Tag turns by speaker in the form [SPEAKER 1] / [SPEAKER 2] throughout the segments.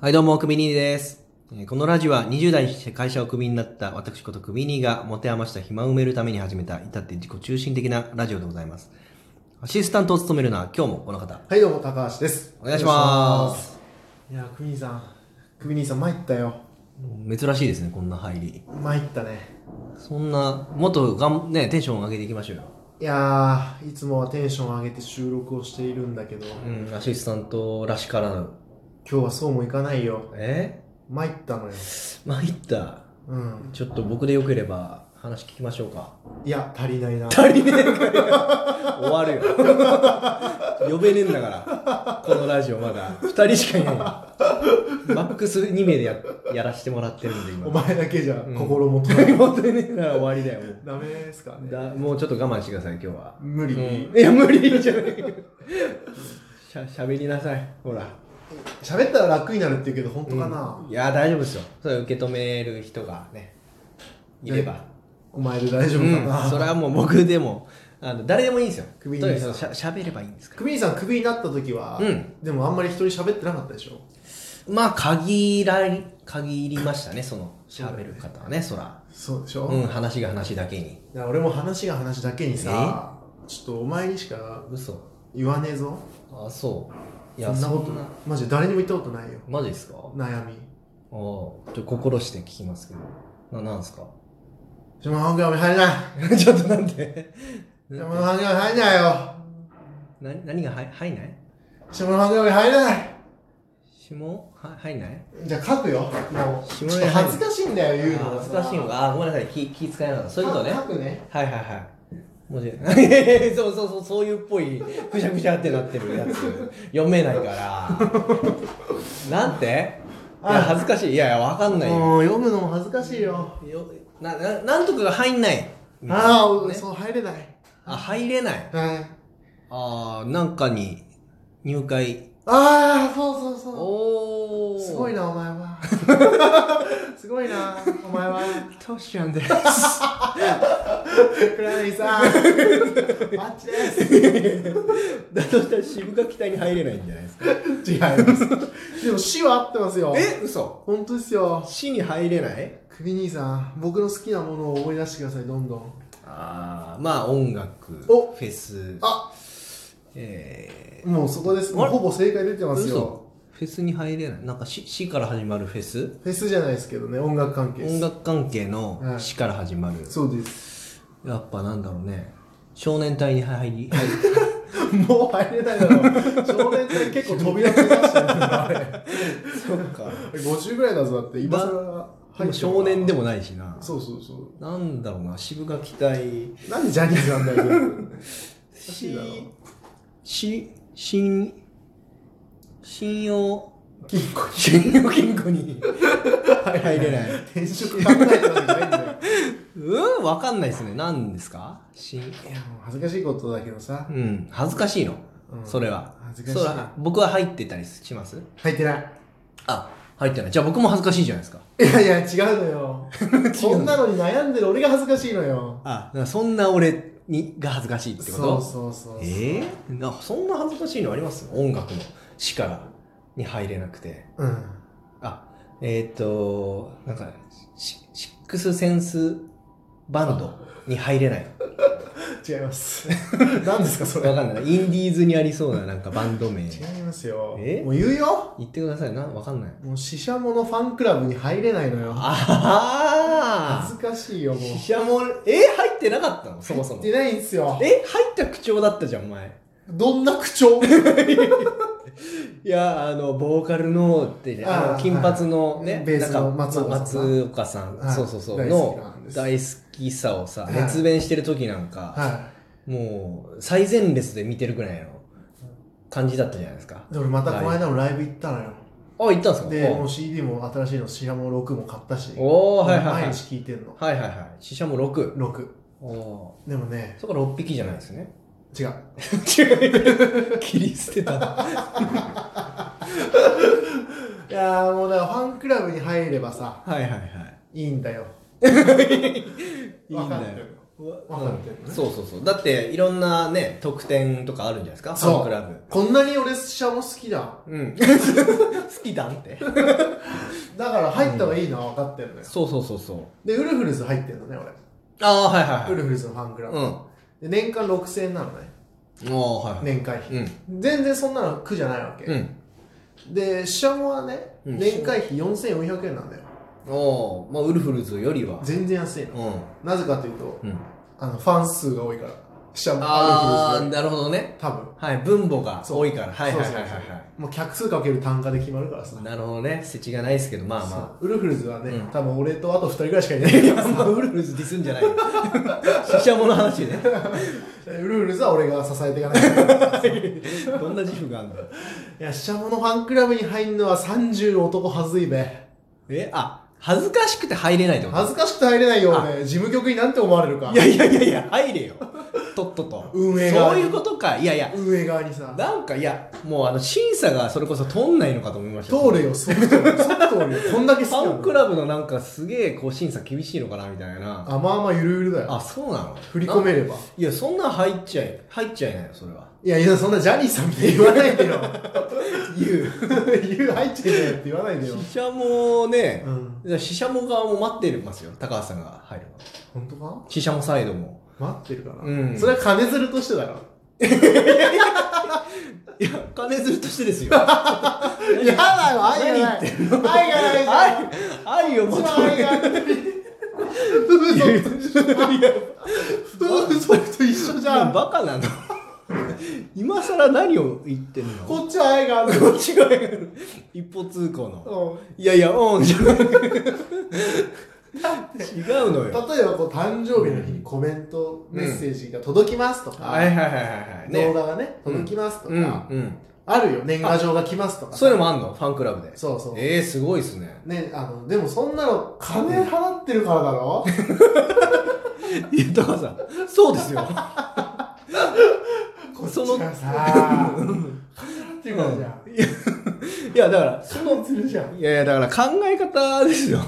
[SPEAKER 1] はい、どうも、クミニーニです。えーこのラジオは20代にして会社をクビになった私ことクミニーニが持て余した暇を埋めるために始めた至って自己中心的なラジオでございます。アシスタントを務めるのは今日もこの方。
[SPEAKER 2] はいどうも高橋です
[SPEAKER 1] お願いします
[SPEAKER 2] お願いしますいやクミニさんクミニさん参ったよ
[SPEAKER 1] 珍しいですね、こんな入り。
[SPEAKER 2] 参ったね
[SPEAKER 1] そんな、もっとがん、ね、テンションを上げていきましょうよ。
[SPEAKER 2] いやーいつもはテンション上げて収録をしているんだけど今
[SPEAKER 1] うん、アシスタントらしからぬ。
[SPEAKER 2] 日はそうもいかないよ
[SPEAKER 1] え
[SPEAKER 2] 参ったのよ
[SPEAKER 1] 参った。
[SPEAKER 2] うん
[SPEAKER 1] ちょっと僕でよければ話聞きましょうか。
[SPEAKER 2] いや足りな いな
[SPEAKER 1] 足りねえからよ終わるよ呼べねえんだからこのラジオまだ2人しかいないマックス2名でややらしてもらってるんで今
[SPEAKER 2] お前だけじゃ
[SPEAKER 1] ん
[SPEAKER 2] 心もとない、
[SPEAKER 1] 本当にねえなら終わりだよも
[SPEAKER 2] ダメですか
[SPEAKER 1] う
[SPEAKER 2] ね
[SPEAKER 1] だもうちょっと我慢してください今日は、
[SPEAKER 2] 無理、
[SPEAKER 1] うんいや無理じゃないしゃしゃべりなさいほら
[SPEAKER 2] 喋ったら楽になるって言うけど本当かな、
[SPEAKER 1] いや大丈夫ですよそれ受け止める人がねいれば、
[SPEAKER 2] お前で大丈夫
[SPEAKER 1] う
[SPEAKER 2] か
[SPEAKER 1] ん
[SPEAKER 2] な、
[SPEAKER 1] それはもう僕でもあの誰でもいいんですよと
[SPEAKER 2] 首
[SPEAKER 1] に
[SPEAKER 2] に
[SPEAKER 1] かくそのしゃしゃべればいいんですから
[SPEAKER 2] クミニさんクビになった時は、
[SPEAKER 1] うん
[SPEAKER 2] でもあんまり一人喋ってなかったでしょ
[SPEAKER 1] まあ限らり限りましたねその喋る方はねそら
[SPEAKER 2] そうでしょ、
[SPEAKER 1] うん話が話だけに
[SPEAKER 2] いや俺も話が話だけにさちょっとお前にしか
[SPEAKER 1] 嘘
[SPEAKER 2] 言わねえぞ
[SPEAKER 1] あそうい
[SPEAKER 2] そんなことマジで誰にも言ったことないよ
[SPEAKER 1] マジですかあ
[SPEAKER 2] 悩
[SPEAKER 1] あ
[SPEAKER 2] み
[SPEAKER 1] ちょっと心して聞きますけどななんすか
[SPEAKER 2] 「下半分入れない
[SPEAKER 1] ちょっとなんで
[SPEAKER 2] 下半分入れないよ
[SPEAKER 1] な何がは入んない
[SPEAKER 2] 下半分入れない
[SPEAKER 1] 指紋は入んない」
[SPEAKER 2] じゃあ書くよもうち
[SPEAKER 1] 下
[SPEAKER 2] ょ
[SPEAKER 1] に入る
[SPEAKER 2] っと恥ずかしいんだよ言うのが
[SPEAKER 1] 恥ずかしいのかあごめんなさい気気使いながらそういうことね
[SPEAKER 2] 書
[SPEAKER 1] は
[SPEAKER 2] くね
[SPEAKER 1] いはいはいもうじ そうそうそうそういうっぽいぐしゃぐしゃってなってるやつ読めないからなんていや
[SPEAKER 2] あ
[SPEAKER 1] 恥ずかしいいやいやわかんないよ
[SPEAKER 2] もう読むのも恥ずかしいよ
[SPEAKER 1] よなななんとかが入んない
[SPEAKER 2] ああ、
[SPEAKER 1] ね
[SPEAKER 2] そう入れない
[SPEAKER 1] あ入れない
[SPEAKER 2] はい
[SPEAKER 1] あーなんかに入会
[SPEAKER 2] ああそうそうそ
[SPEAKER 1] お
[SPEAKER 2] う
[SPEAKER 1] お
[SPEAKER 2] すごいなお前は すごいなお前は
[SPEAKER 1] トシアンです
[SPEAKER 2] 黒柳さんマッチです
[SPEAKER 1] だとしたら渋が北に入れないんじゃないですか
[SPEAKER 2] 違いますでも死は合ってますよ
[SPEAKER 1] え嘘
[SPEAKER 2] 本当ですよ
[SPEAKER 1] 死に入れない
[SPEAKER 2] クビ兄さん僕の好きなものを思い出してくださいどんどん
[SPEAKER 1] ああまあ音楽
[SPEAKER 2] お
[SPEAKER 1] フェス
[SPEAKER 2] あ
[SPEAKER 1] え
[SPEAKER 2] もうそこです
[SPEAKER 1] あれ
[SPEAKER 2] ほぼ正解出て
[SPEAKER 1] ー、
[SPEAKER 2] ますよ
[SPEAKER 1] 嘘フェスに入れないなんか死死から始まるフェス
[SPEAKER 2] フェスじゃないですけどね音楽関係です
[SPEAKER 1] 音楽関係の死から始まる、
[SPEAKER 2] そうです
[SPEAKER 1] やっぱなんだろうね少年隊に入り入り
[SPEAKER 2] もう入れないだろう少年って結構飛び出してましたよねあれ
[SPEAKER 1] そっか。
[SPEAKER 2] 50ぐらいだぞだって今更入って
[SPEAKER 1] 少年で
[SPEAKER 2] も
[SPEAKER 1] もないしな。
[SPEAKER 2] そうそうそう
[SPEAKER 1] なんだろうな、渋が期待。
[SPEAKER 2] なんでジャニーズなんだよしい
[SPEAKER 1] し
[SPEAKER 2] だろ、
[SPEAKER 1] し、信、信用、金庫信用金庫に入れない。
[SPEAKER 2] 転職考えたわけじゃないんだよ
[SPEAKER 1] うん、わかんないですね。何ですか信、
[SPEAKER 2] いやもう恥ずかしいことだけどさ
[SPEAKER 1] うん、恥ずかしいの。
[SPEAKER 2] うん
[SPEAKER 1] それは。
[SPEAKER 2] 恥ずかしい
[SPEAKER 1] それは僕は入ってたりします
[SPEAKER 2] 入ってない
[SPEAKER 1] あ、入ってない。じゃあ僕も恥ずかしいじゃないですか。
[SPEAKER 2] いやいや違う のよこんなのに悩んでる俺が恥ずかしいのよ
[SPEAKER 1] あ、だからそんな俺にが恥ずかしいってこと
[SPEAKER 2] そうそうそう
[SPEAKER 1] えー、なそんな恥ずかしいのあります音楽の死からに入れなくて
[SPEAKER 2] うん
[SPEAKER 1] あえっ、となんかシシックスセンスバンドに入れない
[SPEAKER 2] 違います 何ですかそれ
[SPEAKER 1] わかんないインディーズにありそうななんかバンド名
[SPEAKER 2] 違いますよ
[SPEAKER 1] え
[SPEAKER 2] もう言うよ
[SPEAKER 1] 言ってくださいなわかんない
[SPEAKER 2] もう死者ものファンクラブに入れないのよ恥
[SPEAKER 1] あ
[SPEAKER 2] ずかしいよ
[SPEAKER 1] あ
[SPEAKER 2] もう
[SPEAKER 1] 死者もえ入ってなかったのそもそ
[SPEAKER 2] 入
[SPEAKER 1] も
[SPEAKER 2] っ
[SPEAKER 1] え
[SPEAKER 2] てないんすよ
[SPEAKER 1] 入った口調だったじゃんお前
[SPEAKER 2] どんな口調
[SPEAKER 1] いやあのボーカルのってねあ
[SPEAKER 2] あ
[SPEAKER 1] の
[SPEAKER 2] ー
[SPEAKER 1] 金髪のね、
[SPEAKER 2] はいベースの
[SPEAKER 1] なんか
[SPEAKER 2] 松岡さん
[SPEAKER 1] 松岡さん、
[SPEAKER 2] はい
[SPEAKER 1] そうそうそう
[SPEAKER 2] 大好き
[SPEAKER 1] の
[SPEAKER 2] なんです
[SPEAKER 1] 大好きさをさ、
[SPEAKER 2] はい
[SPEAKER 1] 熱弁してる時なんか、
[SPEAKER 2] は
[SPEAKER 1] もう最前列で見てるぐらいの感じだったじゃないですか
[SPEAKER 2] いで俺またこの間のライブ行ったのよ、
[SPEAKER 1] あ行ったんですか
[SPEAKER 2] でもう CD も新しいの死者もの6も買ったし
[SPEAKER 1] おおーはいはいはい
[SPEAKER 2] 毎日聴いてんの
[SPEAKER 1] はいはいはい死者も6
[SPEAKER 2] 6
[SPEAKER 1] おお
[SPEAKER 2] でもね
[SPEAKER 1] ーそこから6匹じゃないですね
[SPEAKER 2] 違う
[SPEAKER 1] 違う切り捨てた
[SPEAKER 2] いやーもうだからファンクラブに入ればさ
[SPEAKER 1] はいはいはい
[SPEAKER 2] いいんだよ
[SPEAKER 1] いいんだよ
[SPEAKER 2] 分かってる分かってるね、
[SPEAKER 1] そうそうそう。だって、いろんなね、特典とかあるんじゃないですか
[SPEAKER 2] そう
[SPEAKER 1] ファンクラブ。
[SPEAKER 2] こんなに俺シャも好きだ
[SPEAKER 1] うん。 好きだって。
[SPEAKER 2] だから入った方がいいのは分かってるのよ、
[SPEAKER 1] そうそうそうそう。
[SPEAKER 2] でウルフルズ入ってるのね
[SPEAKER 1] ああ、はいは
[SPEAKER 2] 俺ウルフルズのファンクラブ、
[SPEAKER 1] うん。
[SPEAKER 2] で年間6000円なのね
[SPEAKER 1] ああ、はいはい。
[SPEAKER 2] 年会費、
[SPEAKER 1] うん。
[SPEAKER 2] 全然そんなの苦じゃないわけ、
[SPEAKER 1] うん。
[SPEAKER 2] でシャモはね
[SPEAKER 1] うん
[SPEAKER 2] 年会費4400円なんだよ
[SPEAKER 1] おーまあ、ウルフルズよりは。
[SPEAKER 2] 全然安いの、
[SPEAKER 1] うん。
[SPEAKER 2] なぜかというと
[SPEAKER 1] うん。
[SPEAKER 2] あのファン数が多いからシャモ
[SPEAKER 1] あ
[SPEAKER 2] ウル
[SPEAKER 1] あ、
[SPEAKER 2] フルズよ
[SPEAKER 1] なるほどね
[SPEAKER 2] り。多分
[SPEAKER 1] はい、分母が多いから。はいはいはいはい
[SPEAKER 2] そうそう
[SPEAKER 1] は
[SPEAKER 2] そうもう客数かける単価で決まるからさ
[SPEAKER 1] い。なるほどね。世知がないですけど、まあま
[SPEAKER 2] そうウルフルズはね、
[SPEAKER 1] うん
[SPEAKER 2] 多分俺とあと2人ぐらいしかいないから
[SPEAKER 1] あ。まあ、ウルフルズディスんじゃないよ。 死者もの話ね。
[SPEAKER 2] ウルフルズは俺が支えていかないといけない
[SPEAKER 1] どんな自負があるの
[SPEAKER 2] いやシャモのファンクラブに入るのは30男はずいべ
[SPEAKER 1] え、あ、恥ずかしくて入れないってこと
[SPEAKER 2] 恥ずかしくて入れないよね事務局になんて思われるか
[SPEAKER 1] いやいやいやいや、入れよ。とっとと。
[SPEAKER 2] 運営が
[SPEAKER 1] そういうことか。いやいや、
[SPEAKER 2] 運営側にさ
[SPEAKER 1] なんかいや、もうあの、審査がそれこそ通んないのかと思いました。
[SPEAKER 2] 通るよソフト通るよこんだけ好き
[SPEAKER 1] ファンク
[SPEAKER 2] ラ
[SPEAKER 1] ラブのなんかすげえこう審査厳しいのかなみたいな。
[SPEAKER 2] あまあまあゆるゆるだよ
[SPEAKER 1] あ、そうなの
[SPEAKER 2] 振り込め
[SPEAKER 1] る。
[SPEAKER 2] れば
[SPEAKER 1] いや、そんなん入っちゃい、入っちゃいないよ、それは。
[SPEAKER 2] いやいやそんなジャニーさんみたいに言わないでよ
[SPEAKER 1] 言う。
[SPEAKER 2] 言う入っちゃいけないって言わないでよ
[SPEAKER 1] 死者もね
[SPEAKER 2] う、ん
[SPEAKER 1] じゃあ死者も側も待ってますよ、高橋さんが入るの。
[SPEAKER 2] 本当か
[SPEAKER 1] 死者もサイドも。
[SPEAKER 2] 待ってるかな、
[SPEAKER 1] うん
[SPEAKER 2] それは金づるとしてだから
[SPEAKER 1] いや、金づるとしてですよ。
[SPEAKER 2] やだよ、愛がない。愛がないじゃん。
[SPEAKER 1] 愛を
[SPEAKER 2] 一
[SPEAKER 1] 求
[SPEAKER 2] 番
[SPEAKER 1] め
[SPEAKER 2] 愛がない。風俗と一緒風俗と一緒じゃん。
[SPEAKER 1] バカなの今さら何を言ってんの
[SPEAKER 2] こっちは愛がある。
[SPEAKER 1] こっちが一歩通行の
[SPEAKER 2] う
[SPEAKER 1] いやいやうんじゃない違うのよ
[SPEAKER 2] ん例えばこう誕生日の日にコメント、メッセージが届きますとか、
[SPEAKER 1] はいはいはいはいはい
[SPEAKER 2] 動
[SPEAKER 1] ね
[SPEAKER 2] 画がね、届きますと
[SPEAKER 1] うんう
[SPEAKER 2] か、
[SPEAKER 1] ん
[SPEAKER 2] あるよ、年賀状が来ますとか。
[SPEAKER 1] そういうのもあんのファンクラブで
[SPEAKER 2] そうそう。
[SPEAKER 1] えー、すごいっすね
[SPEAKER 2] ね、あの、でもそんなの金払ってるからだろ
[SPEAKER 1] いや高橋さんそうですよ
[SPEAKER 2] こっち
[SPEAKER 1] その
[SPEAKER 2] がさ、金払ってるからじゃん。
[SPEAKER 1] いやだからそ
[SPEAKER 2] 金ずるじゃん。
[SPEAKER 1] いやいやだから考え方です よ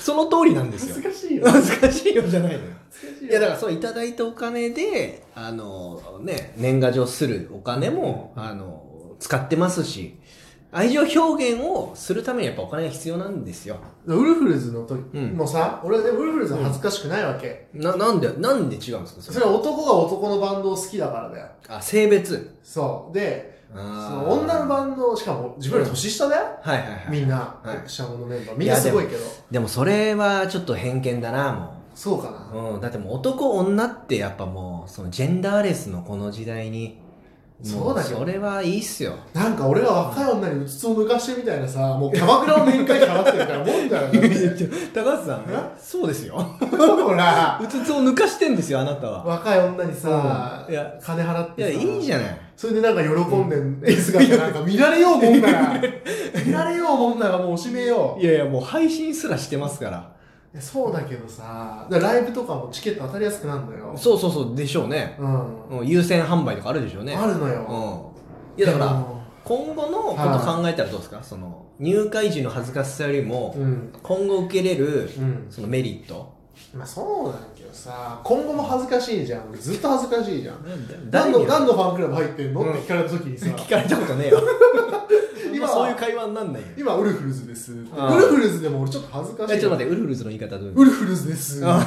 [SPEAKER 1] その通りなんです
[SPEAKER 2] 恥ず
[SPEAKER 1] よ
[SPEAKER 2] かしいよ。恥
[SPEAKER 1] 恥ずかしいよじゃないのよ
[SPEAKER 2] ずかしいよ
[SPEAKER 1] いやだからそういただいたお金であのね年賀状するお金も、あの使ってますし愛情表現をするためにやっぱお金が必要なんですよ
[SPEAKER 2] ウルフルズの時
[SPEAKER 1] うん
[SPEAKER 2] もさ、俺でもウルフルズは恥ずかしくないわけ、
[SPEAKER 1] ななんでなんで違うんですかそれ
[SPEAKER 2] それは男が男のバンドを好きだからだよ
[SPEAKER 1] あ性別
[SPEAKER 2] そうで
[SPEAKER 1] そ
[SPEAKER 2] その女のバンドしかも自分より年下だよ、
[SPEAKER 1] はいはいはい
[SPEAKER 2] みんな、
[SPEAKER 1] はい
[SPEAKER 2] シャモのメンバーみんなすごいけど
[SPEAKER 1] でもそれはちょっと偏見だなも
[SPEAKER 2] そうかな、
[SPEAKER 1] う、うん、だってもう男女ってやっぱもうそのジェンダーレスのこの時代にも
[SPEAKER 2] そうだけど
[SPEAKER 1] それはいいっす よ
[SPEAKER 2] なんか俺が若い女にうつつを抜かしてみたいなさもうキャバクラの年会払ってるからもんだよ
[SPEAKER 1] 高橋さ
[SPEAKER 2] ん
[SPEAKER 1] そうですよ
[SPEAKER 2] ほ ら
[SPEAKER 1] うつつを抜かしてんですよあなたは
[SPEAKER 2] 若い女にさ、
[SPEAKER 1] うんいや
[SPEAKER 2] 金払っ
[SPEAKER 1] い
[SPEAKER 2] て
[SPEAKER 1] や
[SPEAKER 2] さ
[SPEAKER 1] いいじゃない
[SPEAKER 2] それでなんか喜んでんの姿なんか見られようもんな ら見られようもんならもうおしめよう
[SPEAKER 1] いやいや、もう配信すらしてますから。
[SPEAKER 2] いやそうだけどさだからライブとかもチケット当たりやすくなるのよ
[SPEAKER 1] そうそうそう、でしょうね。
[SPEAKER 2] うん、
[SPEAKER 1] うん優先販売とかあるでしょうね。
[SPEAKER 2] あるの
[SPEAKER 1] う
[SPEAKER 2] よ、
[SPEAKER 1] ん。いや、だか
[SPEAKER 2] で
[SPEAKER 1] ら、
[SPEAKER 2] も
[SPEAKER 1] 今後のこと考えたらどうですかその、入会時の恥ずかしさよりも、
[SPEAKER 2] うん
[SPEAKER 1] 今後受けれる、
[SPEAKER 2] うん
[SPEAKER 1] そのメリット。
[SPEAKER 2] まあそうなんだけどさ今後も恥ずかしいじゃんずっと恥ずかしいじゃん何
[SPEAKER 1] 誰
[SPEAKER 2] の
[SPEAKER 1] に
[SPEAKER 2] 何のファンクラブ入ってんの、
[SPEAKER 1] うん
[SPEAKER 2] って聞かれた時 にさ
[SPEAKER 1] 聞かれたことねえよ。
[SPEAKER 2] 今
[SPEAKER 1] 今、そういう会話になんないよ。
[SPEAKER 2] 今ウルフルズですウル
[SPEAKER 1] ああ
[SPEAKER 2] フルズでも俺ちょっと恥ずかしい
[SPEAKER 1] え、ちょっと待って、ウルフルズの言い方どういう
[SPEAKER 2] ウルフルズです
[SPEAKER 1] あ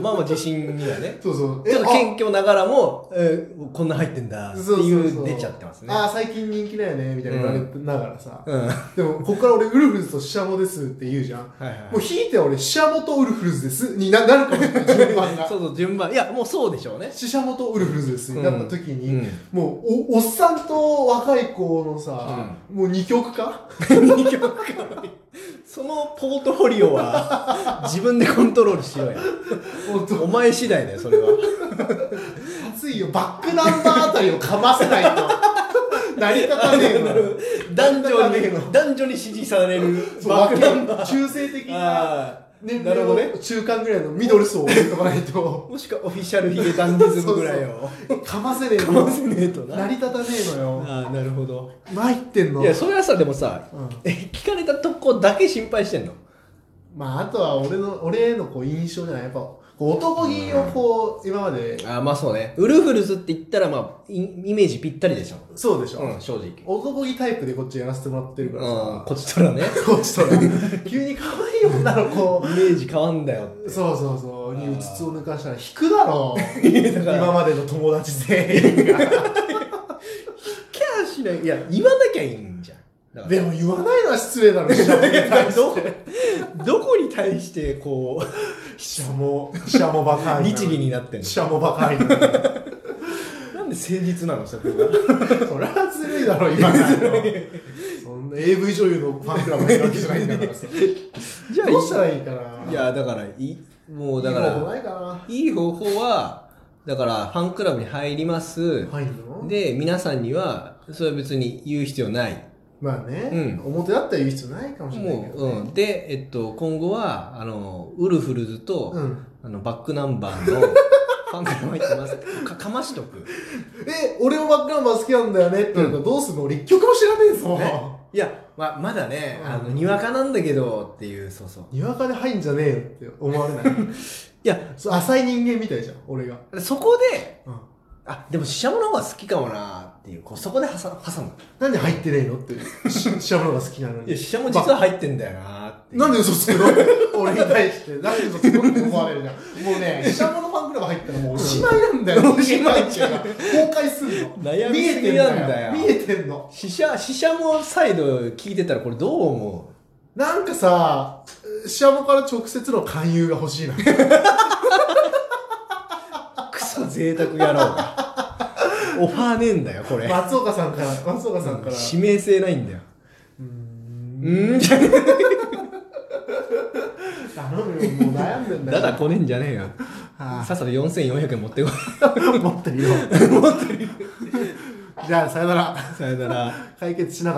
[SPEAKER 1] まあまあ自信には ね。
[SPEAKER 2] そうそう
[SPEAKER 1] ちょっと
[SPEAKER 2] あ
[SPEAKER 1] 謙虚ながらも、えーこんな入ってんだって
[SPEAKER 2] そうそう
[SPEAKER 1] い
[SPEAKER 2] そうう
[SPEAKER 1] 出ちゃってますね。
[SPEAKER 2] ああ最近人気だよねみたいな言われてながらさ、
[SPEAKER 1] うん。はい
[SPEAKER 2] でもこっから俺ウルフルズとシャモですって言うじゃん
[SPEAKER 1] はいはい
[SPEAKER 2] もう引いては俺、シャモとウルフルズですにななるかもしれない、順番 が
[SPEAKER 1] そ。うそう、順番。いや、もうそうでしょうね。
[SPEAKER 2] シシャモとウルフルズですになった時に、
[SPEAKER 1] うん
[SPEAKER 2] もうお、おっさんと若い子のさ、もう二極化
[SPEAKER 1] 二極化 そのポートフォリオは自分でコントロールしろよ。
[SPEAKER 2] 本当
[SPEAKER 1] お前次第だよ、それは。
[SPEAKER 2] 熱いよ、バックナンバーあたりをかませな いと。成り立たねえのよ。
[SPEAKER 1] 男女
[SPEAKER 2] なんだか
[SPEAKER 1] に、男女に支持される
[SPEAKER 2] そ う
[SPEAKER 1] バックナンバー。
[SPEAKER 2] 若い中性的な
[SPEAKER 1] あ
[SPEAKER 2] 年
[SPEAKER 1] な
[SPEAKER 2] 齢
[SPEAKER 1] るほどね
[SPEAKER 2] の中間ぐらいのミドル層を入れとかない
[SPEAKER 1] ー
[SPEAKER 2] と、
[SPEAKER 1] もしくはオフィシャルヒゲダンディズムぐらいを。
[SPEAKER 2] かませねえ
[SPEAKER 1] かま
[SPEAKER 2] の。
[SPEAKER 1] せねえと
[SPEAKER 2] 成
[SPEAKER 1] な。
[SPEAKER 2] り立たねえのよ。
[SPEAKER 1] ああ、なるほど。
[SPEAKER 2] 参ってんの
[SPEAKER 1] い。や、それはさ、でもさ、
[SPEAKER 2] うん
[SPEAKER 1] え聞かれたとこだけ心配してんの
[SPEAKER 2] まああとは俺の俺へのこう印象じゃないやっぱこう男気をこう、今まで、
[SPEAKER 1] あーまあそうね。ウルフルズって言ったら、まあ、イイメージぴったりでしょ。
[SPEAKER 2] そうでしょ、
[SPEAKER 1] うん、正直。
[SPEAKER 2] 男気タイプでこっちやらせてもらってるからさ、
[SPEAKER 1] うん、こっちと らね。
[SPEAKER 2] こっちとら急に可愛い女の子を
[SPEAKER 1] イメージ変わんだよ。
[SPEAKER 2] そうそうそうにうつつを抜かしたら引くだろう
[SPEAKER 1] だから
[SPEAKER 2] 今までの友達全員が
[SPEAKER 1] キャーしない。いや、言わなきゃいいんじゃん。だから
[SPEAKER 2] でも言わないのは失礼だ ろしゃもに対し
[SPEAKER 1] ど
[SPEAKER 2] て
[SPEAKER 1] どこに対して、こう、
[SPEAKER 2] しゃもしゃもばかり
[SPEAKER 1] 律儀になってん
[SPEAKER 2] しゃもばかりなのに
[SPEAKER 1] のなんで誠実なのそこが。
[SPEAKER 2] そりゃずるいだろ今からのそんな AV 女優のファンクラブがいるわけじゃないんだからさ
[SPEAKER 1] じゃあ、
[SPEAKER 2] どうしたらいいかない
[SPEAKER 1] いや、だから、いもう、だ
[SPEAKER 2] だ
[SPEAKER 1] か
[SPEAKER 2] から
[SPEAKER 1] ら、
[SPEAKER 2] ないか
[SPEAKER 1] いい方法は、だから、ファンクラブに入ります
[SPEAKER 2] な。入るの
[SPEAKER 1] で、皆さんには、それは別に言う必要ない。
[SPEAKER 2] まあね、
[SPEAKER 1] うん
[SPEAKER 2] 表だったら言う必要ないかもしれない
[SPEAKER 1] も
[SPEAKER 2] け
[SPEAKER 1] う、
[SPEAKER 2] ど、ね、
[SPEAKER 1] うん。で、えっと、今後は、あの、ウルフルズと、
[SPEAKER 2] うん
[SPEAKER 1] あの、バックナンバー の、ファンクラブ入ってます。か、かましとく。
[SPEAKER 2] え、俺もバックナンバー好きなんだよねって言うとどうすんの、俺一曲も知らねえぞ、
[SPEAKER 1] ねいや、ま、まだね、
[SPEAKER 2] うん
[SPEAKER 1] あの、にわかなんだけど、っていう、そうそう。
[SPEAKER 2] にわかで入んじゃねえよって思われない
[SPEAKER 1] いや、
[SPEAKER 2] そう浅い人間みたいじゃん俺が、
[SPEAKER 1] そこで、
[SPEAKER 2] うん、
[SPEAKER 1] あ、でも、シシャモの方が好きかもなっていう、こう、そこで挟挟む。
[SPEAKER 2] なんで入ってねえのってい うししゃぶのが好きなの
[SPEAKER 1] いや、
[SPEAKER 2] に
[SPEAKER 1] シシャモ実は入ってんだよなっていう。
[SPEAKER 2] なんで嘘つくの俺に対してなんで嘘つくのって思われるじゃんも うねししゃぶのファンクラブ入ったらもうおしまいなんだよ
[SPEAKER 1] おしまいじゃん
[SPEAKER 2] 崩壊すんの
[SPEAKER 1] 悩み
[SPEAKER 2] 見
[SPEAKER 1] す
[SPEAKER 2] え
[SPEAKER 1] ぎ
[SPEAKER 2] てん
[SPEAKER 1] なんだ
[SPEAKER 2] だ
[SPEAKER 1] よ
[SPEAKER 2] よ見えてんの
[SPEAKER 1] 死者、死者も再度聞いてたらこれどう思
[SPEAKER 2] なんかさししゃぶから直接の勧誘が欲しいな
[SPEAKER 1] うクソ贅沢野郎が。 オファーねえんだよ、これ。
[SPEAKER 2] 松岡さんから松岡さんから
[SPEAKER 1] 指名性ないんだよ。
[SPEAKER 2] うーん
[SPEAKER 1] うんじゃね
[SPEAKER 2] 頼むよもう悩んでん
[SPEAKER 1] え。
[SPEAKER 2] だよ
[SPEAKER 1] だだこねんじゃねえよ。
[SPEAKER 2] あ
[SPEAKER 1] さっさと4400円持ってこ
[SPEAKER 2] 持ってるよ。持ってる。じゃあ、さよなら。
[SPEAKER 1] い。さよなら。
[SPEAKER 2] 解決しなかった